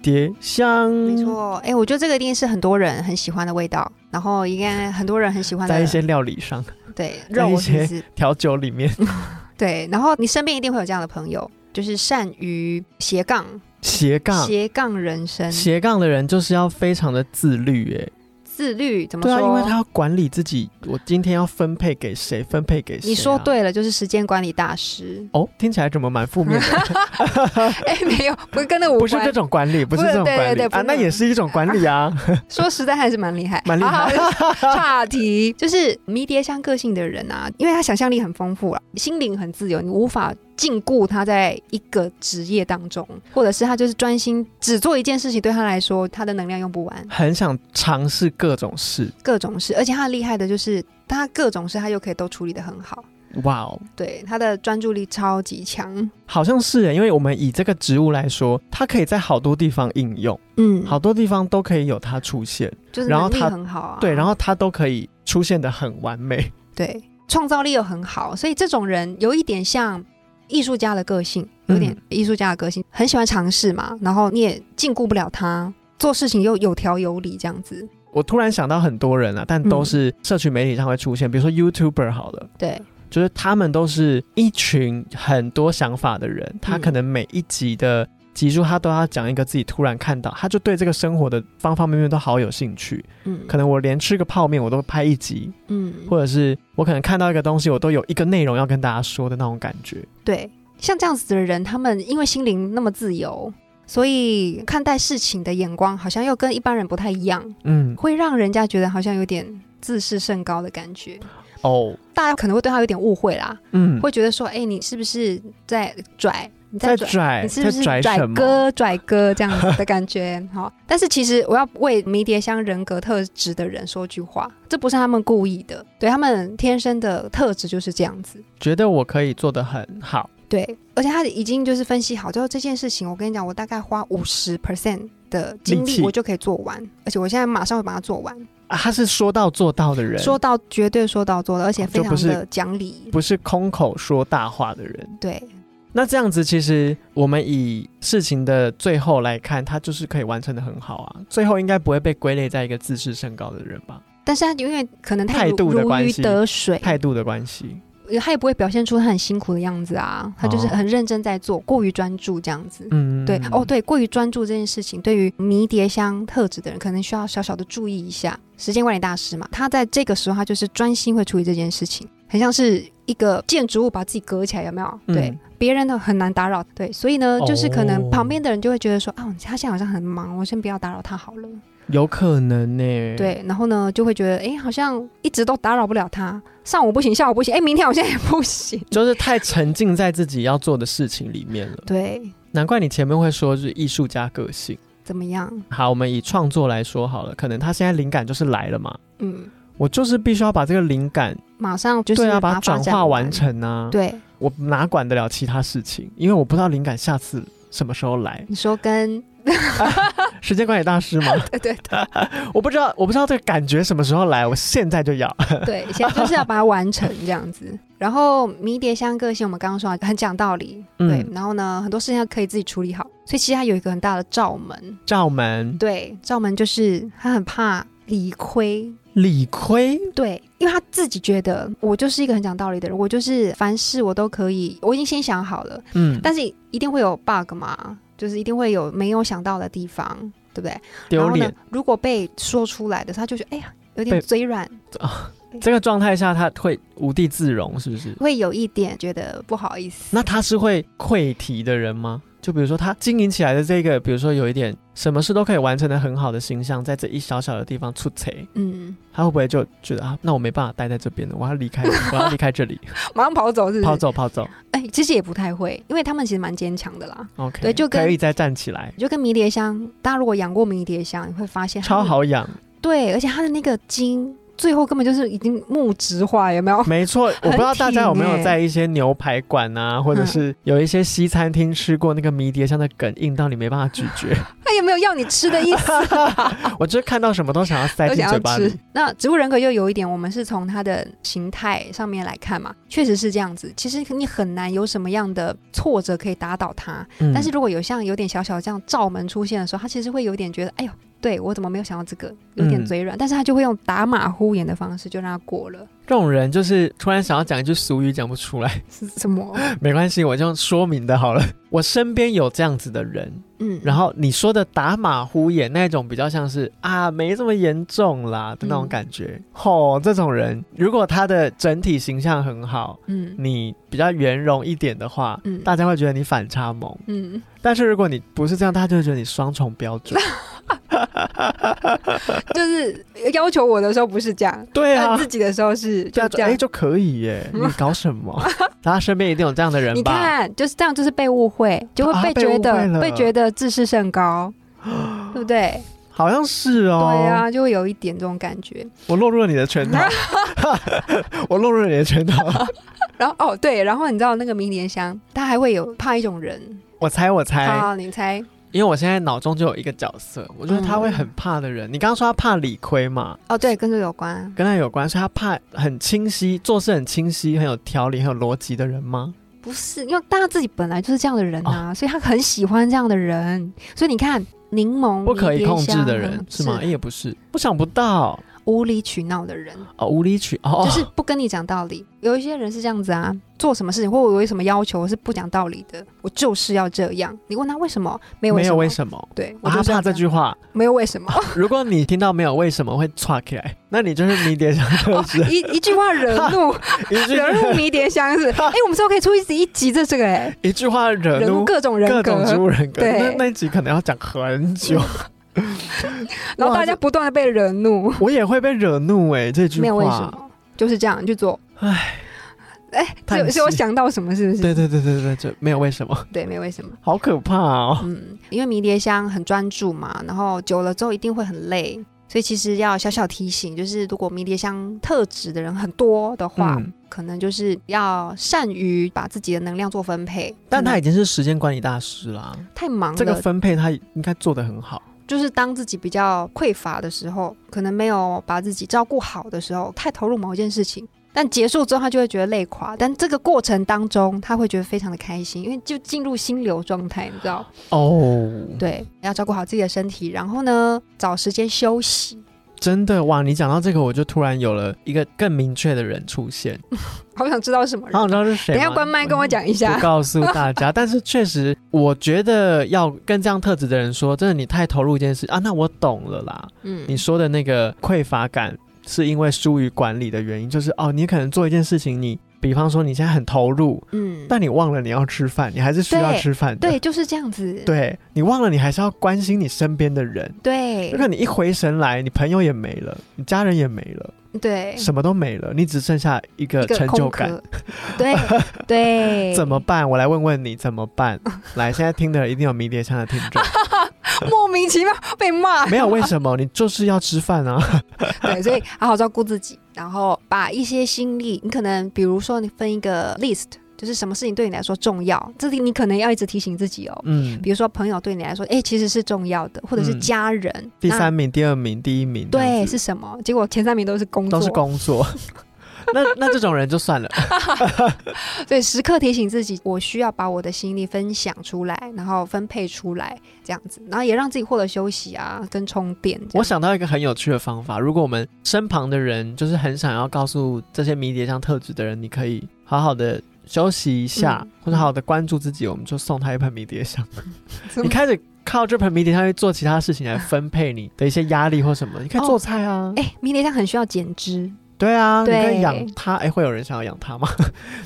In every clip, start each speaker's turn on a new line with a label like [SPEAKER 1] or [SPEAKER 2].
[SPEAKER 1] 迭香。
[SPEAKER 2] 没错，哎、我觉得这个一定是很多人很喜欢的味道，然后应该很多人很喜欢的
[SPEAKER 1] 在一些料理上，
[SPEAKER 2] 对
[SPEAKER 1] 在一
[SPEAKER 2] 肉是不
[SPEAKER 1] 些
[SPEAKER 2] 是？
[SPEAKER 1] 调酒里面，
[SPEAKER 2] 对，然后你身边一定会有这样的朋友，就是善于斜杠
[SPEAKER 1] 斜杠。
[SPEAKER 2] 斜杠人生，
[SPEAKER 1] 斜杠的人就是要非常的自律，哎，
[SPEAKER 2] 自律怎么
[SPEAKER 1] 对
[SPEAKER 2] 说？
[SPEAKER 1] 啊，因为他要管理自己，我今天要分配给谁，分配给谁、啊
[SPEAKER 2] 你说。对了，就是时间管理大师。
[SPEAKER 1] 哦，听起来怎么蛮负面的？
[SPEAKER 2] 哎、没有，不是跟那无
[SPEAKER 1] 不是这
[SPEAKER 2] 关。
[SPEAKER 1] 种管理，不
[SPEAKER 2] 不
[SPEAKER 1] 是
[SPEAKER 2] 是
[SPEAKER 1] 这种
[SPEAKER 2] 对对
[SPEAKER 1] 管理
[SPEAKER 2] 对不
[SPEAKER 1] 啊，
[SPEAKER 2] 是
[SPEAKER 1] 那也是一种管理 啊，
[SPEAKER 2] 说实在还是蛮厉害，
[SPEAKER 1] 蛮厉
[SPEAKER 2] 好
[SPEAKER 1] 害。
[SPEAKER 2] 岔题，就是迷迭香个性的人啊，因为他想象力很丰富了，啊心灵很自由，你无法禁锢他在一个职业当中，或者是他就是专心只做一件事情，对他来说，他的能量用不完，
[SPEAKER 1] 很想尝试各种事。
[SPEAKER 2] 各种事，而且他厉害的就是他各种事他又可以都处理得很好，
[SPEAKER 1] 哇哦，
[SPEAKER 2] 对，他的专注力超级强，
[SPEAKER 1] 好像是耶，因为我们以这个植物来说，它可以在好多地方应用，
[SPEAKER 2] 嗯，
[SPEAKER 1] 好，多地方都可以有它出现。
[SPEAKER 2] 就是
[SPEAKER 1] 然后
[SPEAKER 2] 能力
[SPEAKER 1] 他
[SPEAKER 2] 很好啊，
[SPEAKER 1] 对，然后它都可以出现的很完美。
[SPEAKER 2] 对，创造力又很好，所以这种人有一点像艺术家的个性，有点
[SPEAKER 1] 嗯
[SPEAKER 2] 艺术家的个性，很喜欢尝试嘛，然后你也禁锢不了他，做事情又有条有理这样子。
[SPEAKER 1] 我突然想到很多人啊，但都
[SPEAKER 2] 嗯
[SPEAKER 1] 是社群媒体上会出现，比如说 YouTuber 好了。
[SPEAKER 2] 对，
[SPEAKER 1] 就是他们都是一群很多想法的人，他
[SPEAKER 2] 嗯
[SPEAKER 1] 可能每一集的集数，他都要讲一个自己突然看到，他就对这个生活的方方面面都好有兴趣。
[SPEAKER 2] 嗯
[SPEAKER 1] 可能我连吃个泡面我都拍一集，
[SPEAKER 2] 嗯，
[SPEAKER 1] 或者是我可能看到一个东西，我都有一个内容要跟大家说的那种感觉。
[SPEAKER 2] 对，像这样子的人，他们因为心灵那么自由。所以看待事情的眼光好像又跟一般人不太一样，
[SPEAKER 1] 嗯，
[SPEAKER 2] 会让人家觉得好像有点自视甚高的感觉，
[SPEAKER 1] 哦，
[SPEAKER 2] 大家可能会对他有点误会啦，
[SPEAKER 1] 嗯，
[SPEAKER 2] 会觉得说，哎、你是不是在拽？你
[SPEAKER 1] 在
[SPEAKER 2] 在拽？
[SPEAKER 1] 拽，
[SPEAKER 2] 你是不
[SPEAKER 1] 哎在
[SPEAKER 2] 是
[SPEAKER 1] 拽什么？
[SPEAKER 2] 哥拽哥这样子的感觉？好，但是其实我要为迷迭香人格特质的人说句话，这不是他们故意的，对他们天生的特质就是这样子。
[SPEAKER 1] 觉得我可以做得很好，
[SPEAKER 2] 对，而且他已经就是分析好，就是这件事情，我跟你讲，我大概花五十 percent 的精
[SPEAKER 1] 力
[SPEAKER 2] 力，
[SPEAKER 1] 气
[SPEAKER 2] 我就可以做完，而且我现在马上会把它做完，
[SPEAKER 1] 啊、他是说到做到的人，
[SPEAKER 2] 说到绝对说到做到，而且非
[SPEAKER 1] 哦就
[SPEAKER 2] 常
[SPEAKER 1] 不是
[SPEAKER 2] 的讲理。
[SPEAKER 1] 不是空口说大话的人。
[SPEAKER 2] 对，
[SPEAKER 1] 那这样子，其实我们以事情的最后来看，他就是可以完成的很好啊。最后应该不会被归类在一个自视甚高的人吧？
[SPEAKER 2] 但是他因为可能太
[SPEAKER 1] 态
[SPEAKER 2] 如
[SPEAKER 1] 度的
[SPEAKER 2] 如
[SPEAKER 1] 关
[SPEAKER 2] 鱼
[SPEAKER 1] 系
[SPEAKER 2] 得水，
[SPEAKER 1] 态度的关系，
[SPEAKER 2] 他也不会表现出他很辛苦的样子啊，他就是
[SPEAKER 1] 哦
[SPEAKER 2] 很认真在做，过于专注这样子。
[SPEAKER 1] 嗯，
[SPEAKER 2] 对哦，，对，过于专注这件事情，对于迷迭香特质的人，可能需要小小的注意一下。时间管理大师嘛，他在这个时候，他就是专心会处理这件事情，很像是一个建筑物把自己隔起来，有没有？
[SPEAKER 1] 嗯
[SPEAKER 2] 对，别人的很难打扰。对，所以呢，就是可
[SPEAKER 1] 哦
[SPEAKER 2] 能旁边的人就会觉得说，啊，他现在好像很忙，我先不要打扰他好了。
[SPEAKER 1] 有可能呢、，
[SPEAKER 2] 对，然后呢，就会觉得，哎，好像一直都打扰不了他，上午不行，下午不行，哎，明天好像也不行。
[SPEAKER 1] 就是太沉浸在自己要做的事情里面了。
[SPEAKER 2] 对，
[SPEAKER 1] 难怪你前面会说就是艺术家个性。
[SPEAKER 2] 怎么样？
[SPEAKER 1] 好，我们以创作来说好了，可能他现在灵感就是来了嘛，
[SPEAKER 2] 嗯，
[SPEAKER 1] 我就是必须要把这个灵感，
[SPEAKER 2] 马上就是
[SPEAKER 1] 对啊，把它
[SPEAKER 2] 它
[SPEAKER 1] 转
[SPEAKER 2] 展
[SPEAKER 1] 化完。成啊。，
[SPEAKER 2] 对，
[SPEAKER 1] 我哪管得了其他事情？因为我不知道灵感下次什么时候来。
[SPEAKER 2] 你说 跟
[SPEAKER 1] 时间管理大师吗？
[SPEAKER 2] 对对对
[SPEAKER 1] 我不知道，我不知道这个感觉什么时候来，我现在就要。
[SPEAKER 2] 对，现在就是要把它完成这样子。 然后迷迭香个性，我们刚刚说了很讲道理，对。
[SPEAKER 1] 嗯
[SPEAKER 2] 然后呢，很多事情它可以自己处理好，所以其实它有一个很大的罩门。
[SPEAKER 1] 罩门
[SPEAKER 2] 对，罩门就是他很怕理亏，
[SPEAKER 1] 理亏，
[SPEAKER 2] 对，因为他自己觉得我就是一个很讲道理的人，我就是凡事我都可以，我已经先想好了，
[SPEAKER 1] 嗯，
[SPEAKER 2] 但是一定会有 bug 嘛，就是一定会有没有想到的地方，对不对？然
[SPEAKER 1] 丢
[SPEAKER 2] 后呢
[SPEAKER 1] 脸，
[SPEAKER 2] 如果被说出来的，他就觉得哎呀，有点
[SPEAKER 1] 被
[SPEAKER 2] 嘴软，
[SPEAKER 1] 这个状态下他会无地自容，是不是？
[SPEAKER 2] 会有一点觉得不好意思。
[SPEAKER 1] 那他是会溃堤的人吗？就比如说他经营起来的这个，比如说有一点什么事都可以完成的很好的形象，在这一小小的地方出彩，
[SPEAKER 2] 嗯，
[SPEAKER 1] 他会不会就觉得啊，那我没办法待在这边了，我要离开，我要离开这 里，
[SPEAKER 2] 马上嗯跑走是不是
[SPEAKER 1] 跑。走跑走
[SPEAKER 2] 哎、其实也不太会，因为他们其实蛮坚强的啦。
[SPEAKER 1] ，OK，
[SPEAKER 2] 对就跟
[SPEAKER 1] 可以再站起来，
[SPEAKER 2] 就跟迷迭香，大家如果养过迷迭香，你会发现它
[SPEAKER 1] 超
[SPEAKER 2] 们。
[SPEAKER 1] 好养，
[SPEAKER 2] 对，而且它的那个茎最后根本就是已经木质化，有没 有？
[SPEAKER 1] 没错，我不知道大家有没有在一些牛排馆啊，或者
[SPEAKER 2] 嗯
[SPEAKER 1] 是有一些西餐厅吃过那个迷迭香的梗，硬到你没办法咀 嚼。
[SPEAKER 2] 它也没有要你吃的意 思，
[SPEAKER 1] 我就是看到什么都想要塞
[SPEAKER 2] 都
[SPEAKER 1] 进
[SPEAKER 2] 想
[SPEAKER 1] 嘴
[SPEAKER 2] 要
[SPEAKER 1] 巴
[SPEAKER 2] 吃
[SPEAKER 1] 里。。
[SPEAKER 2] 那植物人格又有一点，我们是从它的形态上面来看嘛，确实是这样子。其实你很难有什么样的挫折可以打倒它，
[SPEAKER 1] 嗯
[SPEAKER 2] 但是如果有像有点小小这样罩门出现的时候，它其实会有点觉得，哎呦。对我怎么没有想到这个，有点
[SPEAKER 1] 嗯
[SPEAKER 2] 嘴软，但是他就会用打马虎眼的方式就让它过了，
[SPEAKER 1] 这种人就是突然想要讲一句俗语讲不出来，
[SPEAKER 2] 是什么？
[SPEAKER 1] 没关系，我就用说明的好了。我身边有这样子的人，
[SPEAKER 2] 嗯，
[SPEAKER 1] 然后你说的打马虎眼那种，比较像是啊没这么严重啦的那种
[SPEAKER 2] 嗯
[SPEAKER 1] 感觉。吼、这种人如果他的整体形象很好，
[SPEAKER 2] 嗯
[SPEAKER 1] 你比较圆融一点的话，
[SPEAKER 2] 嗯
[SPEAKER 1] 大家会觉得你反差萌。
[SPEAKER 2] 嗯，
[SPEAKER 1] 但是如果你不是这样，大家就会觉得你双重标 准。
[SPEAKER 2] 就是要求我的时候不是这样，
[SPEAKER 1] 对
[SPEAKER 2] 但
[SPEAKER 1] 啊
[SPEAKER 2] 自，己的时候是
[SPEAKER 1] 对
[SPEAKER 2] 就
[SPEAKER 1] 啊，
[SPEAKER 2] 这
[SPEAKER 1] 哎、
[SPEAKER 2] 样。
[SPEAKER 1] 就可以 耶！你搞什么？大家身边一定有这样的哎人
[SPEAKER 2] 你
[SPEAKER 1] 吧？
[SPEAKER 2] 看，就是这样，就是被误会，就会
[SPEAKER 1] 啊
[SPEAKER 2] 被
[SPEAKER 1] 被
[SPEAKER 2] 觉得、
[SPEAKER 1] 误会了
[SPEAKER 2] 被觉得自视甚 高，对不对？
[SPEAKER 1] 好像是
[SPEAKER 2] 对
[SPEAKER 1] 哦。
[SPEAKER 2] 啊，就会有一点这种感觉。
[SPEAKER 1] 我落入了你 的圈套， 我落入了你的圈套。
[SPEAKER 2] 然后哦，对，然后你知道那个迷迭香，它还会有怕一种人，
[SPEAKER 1] 我猜，我猜，
[SPEAKER 2] 好，嗯你猜？
[SPEAKER 1] 因为我现在脑中就有一个角色，我觉得他会很怕的人。你刚刚说他怕理亏嘛，
[SPEAKER 2] 哦，对，跟这有关。
[SPEAKER 1] 跟他有关，所以他怕很清晰，做事很清晰，很有条理，很有逻辑的人吗？
[SPEAKER 2] 不是，因为大家自己本来就是这样的人
[SPEAKER 1] 哦
[SPEAKER 2] 啊，所以他很喜欢这样的人。所以你看，柠檬
[SPEAKER 1] 不可以控制的
[SPEAKER 2] 迷
[SPEAKER 1] 人
[SPEAKER 2] 迭
[SPEAKER 1] 是
[SPEAKER 2] 香嗯
[SPEAKER 1] 吗？哎也不是，我想不到
[SPEAKER 2] 无理取闹的人，
[SPEAKER 1] 哦，无理取哦，
[SPEAKER 2] 就是不跟你讲道理。有一些人是这样子啊，做什么事情或我有什么要求是不讲道理的，我就是要这样。你问他为什么，没有为
[SPEAKER 1] 没
[SPEAKER 2] 什
[SPEAKER 1] 有
[SPEAKER 2] 么，
[SPEAKER 1] 为什么。
[SPEAKER 2] 对，我
[SPEAKER 1] 啊
[SPEAKER 2] 就
[SPEAKER 1] 他
[SPEAKER 2] 是
[SPEAKER 1] 怕
[SPEAKER 2] 要
[SPEAKER 1] 这
[SPEAKER 2] 样
[SPEAKER 1] 句话，
[SPEAKER 2] 没有为什么，。
[SPEAKER 1] 如果你听到没有为什么会歘起来， 那你 就是迷迭香特质
[SPEAKER 2] 一一句话惹 怒
[SPEAKER 1] 一句
[SPEAKER 2] 惹怒迷迭香 是，哎、我们之后可以出一集一集这这个哎、
[SPEAKER 1] 一句话惹
[SPEAKER 2] 惹怒
[SPEAKER 1] 怒
[SPEAKER 2] 各种人
[SPEAKER 1] 各
[SPEAKER 2] 格
[SPEAKER 1] 种，植物人格，
[SPEAKER 2] 对
[SPEAKER 1] 那那一集可能要讲很久。
[SPEAKER 2] 然后大家
[SPEAKER 1] 哇
[SPEAKER 2] 不断的被惹怒，
[SPEAKER 1] 我也会被惹怒哎，这句
[SPEAKER 2] 没有为什
[SPEAKER 1] 话。
[SPEAKER 2] 么，就是这样你去做。哎哎，只
[SPEAKER 1] 叹
[SPEAKER 2] 有
[SPEAKER 1] 息
[SPEAKER 2] 只有想到什么是不是？
[SPEAKER 1] 对对对对对，就没有为什么，
[SPEAKER 2] 对，没有为什么。
[SPEAKER 1] 好可怕哦。
[SPEAKER 2] 嗯，因为迷迭香很专注嘛，然后久了之后一定会很累，所以其实要小小提醒，就是如果迷迭香特质的人很多的话，
[SPEAKER 1] 嗯
[SPEAKER 2] 可能就是要善于把自己的能量做分配。
[SPEAKER 1] 但他
[SPEAKER 2] 可
[SPEAKER 1] 已
[SPEAKER 2] 能
[SPEAKER 1] 经是时间管理大师啦，
[SPEAKER 2] 太忙了，
[SPEAKER 1] 这个分配他应该做得很好。
[SPEAKER 2] 就是当自己比较匮乏的时候，可能没有把自己照顾好的时候，太投入某一件事情。但结束之后，他就会觉得累垮。但这个过程当中，他会觉得非常的开心，因为就进入心流状态，你知道？
[SPEAKER 1] 哦，
[SPEAKER 2] 对，要照顾好自己的身体，然后呢，找时间休息。
[SPEAKER 1] 真的哇！你讲到这个，我就突然有了一个更明确的人出现。
[SPEAKER 2] 好想知道什么人
[SPEAKER 1] 好，你知道是谁
[SPEAKER 2] 等
[SPEAKER 1] 吗？
[SPEAKER 2] 一下关麦跟我讲一下
[SPEAKER 1] 不告诉大家。但是确实，我觉得要跟这样特质的人说，真的你太投入一件事啊，那我懂了啦。
[SPEAKER 2] 嗯
[SPEAKER 1] 你说的那个匮乏感，是因为疏于管理的原因，就是哦，你可能做一件事情，你比方说你现在很投入，
[SPEAKER 2] 嗯，
[SPEAKER 1] 但你忘了你要吃饭，你还是需要
[SPEAKER 2] 对
[SPEAKER 1] 吃饭的。
[SPEAKER 2] 对，就是这样子。
[SPEAKER 1] 对你忘了，你还是要关心你身边的人。
[SPEAKER 2] 对
[SPEAKER 1] 如果你一回神来，你朋友也没了，你家人也没了，
[SPEAKER 2] 对，
[SPEAKER 1] 什么都没了，你只剩下一个
[SPEAKER 2] 一个
[SPEAKER 1] 成
[SPEAKER 2] 空
[SPEAKER 1] 就感。
[SPEAKER 2] 壳。对对，
[SPEAKER 1] 怎么办？我来问问你怎么办？ 来，现在听的一定有迷迭香的听众，
[SPEAKER 2] 莫名其妙被骂？
[SPEAKER 1] 没有为什么，你就是要吃饭啊。
[SPEAKER 2] 对，所以好好照顾自己，然后把一些心力，你可能比如说你分一个 list，就是什么事情对你来说重要，这里你可能要一直提醒自己哦。
[SPEAKER 1] 嗯，
[SPEAKER 2] 比如说朋友对你来说，哎、其实是重要的，或者是
[SPEAKER 1] 嗯
[SPEAKER 2] 家人。
[SPEAKER 1] 第
[SPEAKER 2] 那
[SPEAKER 1] 三名、第二名、第一名，这
[SPEAKER 2] 对
[SPEAKER 1] 样子
[SPEAKER 2] 是什么？结果前三名都是工作，
[SPEAKER 1] 都是工作。 那那这种人就算了，
[SPEAKER 2] 所以时刻提醒自己，我需要把我的心力分享出来，然后分配出来，这样子，然后也让自己获得休息啊，跟充电这样。
[SPEAKER 1] 我想到一个很有趣的方法，如果我们身旁的人就是很想要告诉这些迷迭香特质的人，你可以好好的休息一下，
[SPEAKER 2] 嗯
[SPEAKER 1] 或者好好的关注自己，我们就送他一盆迷迭 香。
[SPEAKER 2] 怎么
[SPEAKER 1] 你开始靠这盆迷迭香去做其他事情来分配你的一些压力或什么，你可以
[SPEAKER 2] 哦
[SPEAKER 1] 做菜啊，
[SPEAKER 2] 哎、迷迭香很需要减脂，
[SPEAKER 1] 对啊，你可
[SPEAKER 2] 对
[SPEAKER 1] 以养 它，哎，会有人想要养它吗？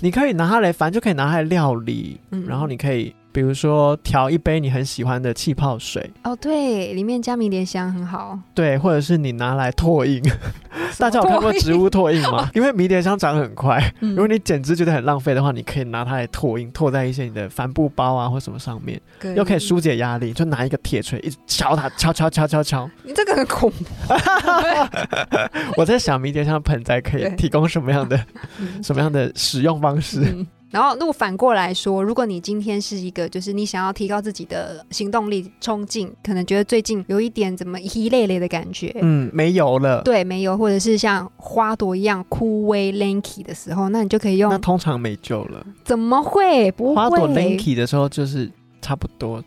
[SPEAKER 1] 你可以拿它来，反正就可以拿它来料理，
[SPEAKER 2] 嗯
[SPEAKER 1] 然后你可以比如说调一杯你很喜欢的气泡水，
[SPEAKER 2] 哦，对，里面加迷迭香很好。
[SPEAKER 1] 对，或者是你拿来拓 印。大家有看过植物拓印吗？因为迷迭香长很快，
[SPEAKER 2] 嗯
[SPEAKER 1] 如果你简直觉得很浪费的话，你可以拿它来拓印，拓在一些你的帆布包啊或什么上面，又
[SPEAKER 2] 嗯
[SPEAKER 1] 可以疏解压力。就拿一个铁锤一直敲它，敲敲敲 敲敲。
[SPEAKER 2] 你这个很恐怖。
[SPEAKER 1] 我在想迷迭香盆栽可以
[SPEAKER 2] 对
[SPEAKER 1] 提供什么样的
[SPEAKER 2] 嗯
[SPEAKER 1] 什么样的使用方式？
[SPEAKER 2] 嗯然后，如果反过来说，如果你今天是一个，就是你想要提高自己的行动力、冲劲，可能觉得最近有一点怎么一累累的感觉，
[SPEAKER 1] 嗯，没油了。
[SPEAKER 2] 对，没有，或者是像花朵一样枯萎 lanky 的时候，那你就可以
[SPEAKER 1] 那
[SPEAKER 2] 用。
[SPEAKER 1] 通常没救了。
[SPEAKER 2] 怎么会？不会？
[SPEAKER 1] 花朵 lanky 的时候就是差不多，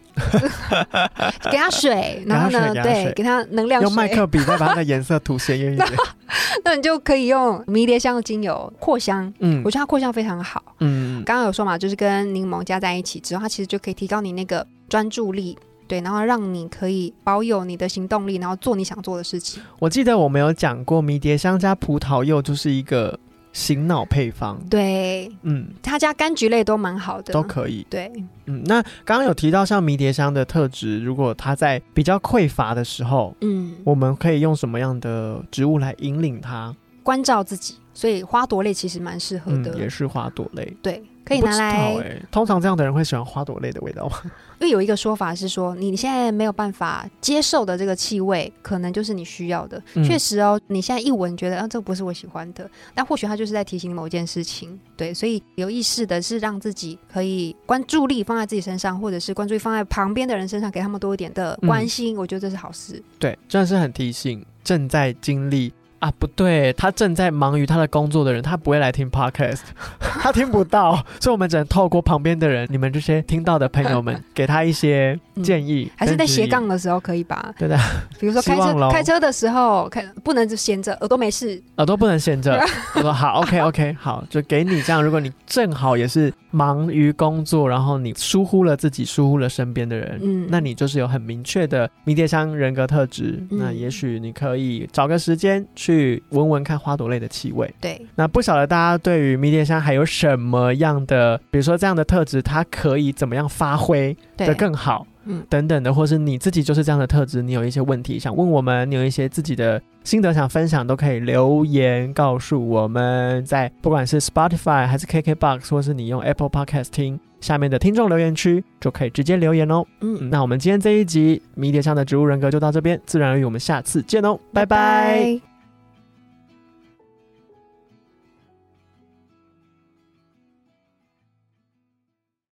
[SPEAKER 2] 给它 水，然后呢，
[SPEAKER 1] 给它水给它
[SPEAKER 2] 对
[SPEAKER 1] 水，
[SPEAKER 2] 给它能量
[SPEAKER 1] 用麦
[SPEAKER 2] 水。
[SPEAKER 1] 克笔再把它的颜色涂鲜艳一点。
[SPEAKER 2] 那你就可以用迷迭香的精油扩香，
[SPEAKER 1] 嗯
[SPEAKER 2] 我觉得它扩香非常好。
[SPEAKER 1] 嗯，
[SPEAKER 2] 刚刚有说嘛，就是跟柠檬加在一起之后，它其实就可以提高你那个专注力，对，然后让你可以保有你的行动力，然后做你想做的事情。
[SPEAKER 1] 我记得我们有讲过，迷迭香加葡萄柚就是一个醒脑配方。
[SPEAKER 2] 对，
[SPEAKER 1] 嗯，
[SPEAKER 2] 它加柑橘类都蛮好的，
[SPEAKER 1] 都可以。
[SPEAKER 2] 对，啊
[SPEAKER 1] 嗯，那刚刚有提到像迷迭香的特质，如果它在比较匮乏的时候，
[SPEAKER 2] 嗯，
[SPEAKER 1] 我们可以用什么样的植物来引领它？
[SPEAKER 2] 关照自己，所以花朵类其实蛮适合
[SPEAKER 1] 嗯
[SPEAKER 2] 的，，
[SPEAKER 1] 也是花朵类。
[SPEAKER 2] 对，可以拿来
[SPEAKER 1] 我不知道欸通常这样的人会喜欢花朵类的味道吗？
[SPEAKER 2] 因为有一个说法是说，你现在没有办法接受的这个气味，可能就是你需要的。
[SPEAKER 1] 嗯
[SPEAKER 2] 确实哦，你现在一闻觉得，啊，这不是我喜欢的，但或许它就是在提醒某件事情。对，所以有意识的是让自己可以关注力放在自己身上，或者是关注力放在旁边的人身上，给他们多一点的关
[SPEAKER 1] 嗯
[SPEAKER 2] 心，我觉得这是好事。
[SPEAKER 1] 对，真的是很提醒正在经历啊，不对，他正在忙于他的工作的人，他不会来听 podcast，他 听不到，所以我们只能透过旁边的人，你们这些听到的朋友 们，给他一些建议，
[SPEAKER 2] 嗯还是在
[SPEAKER 1] 跟指
[SPEAKER 2] 斜
[SPEAKER 1] 引
[SPEAKER 2] 杠。的时候可以吧？
[SPEAKER 1] 对的，
[SPEAKER 2] 比如说开
[SPEAKER 1] 希望
[SPEAKER 2] 车
[SPEAKER 1] 咯
[SPEAKER 2] 开车的时候，开不能就闲着耳朵没事，
[SPEAKER 1] 耳啊朵不能闲着。我说好，OK OK，好，就给你这样。如果你正好也是忙于工作，然后你疏忽了自己，疏忽了身边的 人，
[SPEAKER 2] 嗯
[SPEAKER 1] 那你就是有很明确的迷迭香人格特质。
[SPEAKER 2] 嗯
[SPEAKER 1] 那也许你可以找个时间去闻闻看花朵类的气味。
[SPEAKER 2] 对，
[SPEAKER 1] 那不晓得大家对于迷迭香还有什么样的，比如说这样的特质，它可以怎么样发挥的
[SPEAKER 2] 对
[SPEAKER 1] 更好，
[SPEAKER 2] 嗯
[SPEAKER 1] 等等的，或是你自己就是这样的特质，你有一些问题想问我们，你有一些自己的心得想分享，都可以留言告诉我们，在不管是 Spotify 还是 KKBox，或是你用 Apple Podcast 听下面的听众留言区，就可以直接留言哦。嗯
[SPEAKER 2] 嗯，
[SPEAKER 1] 那我们今天这一集迷迭香的植物人格就到这边，自然而语，我们下次见哦，拜拜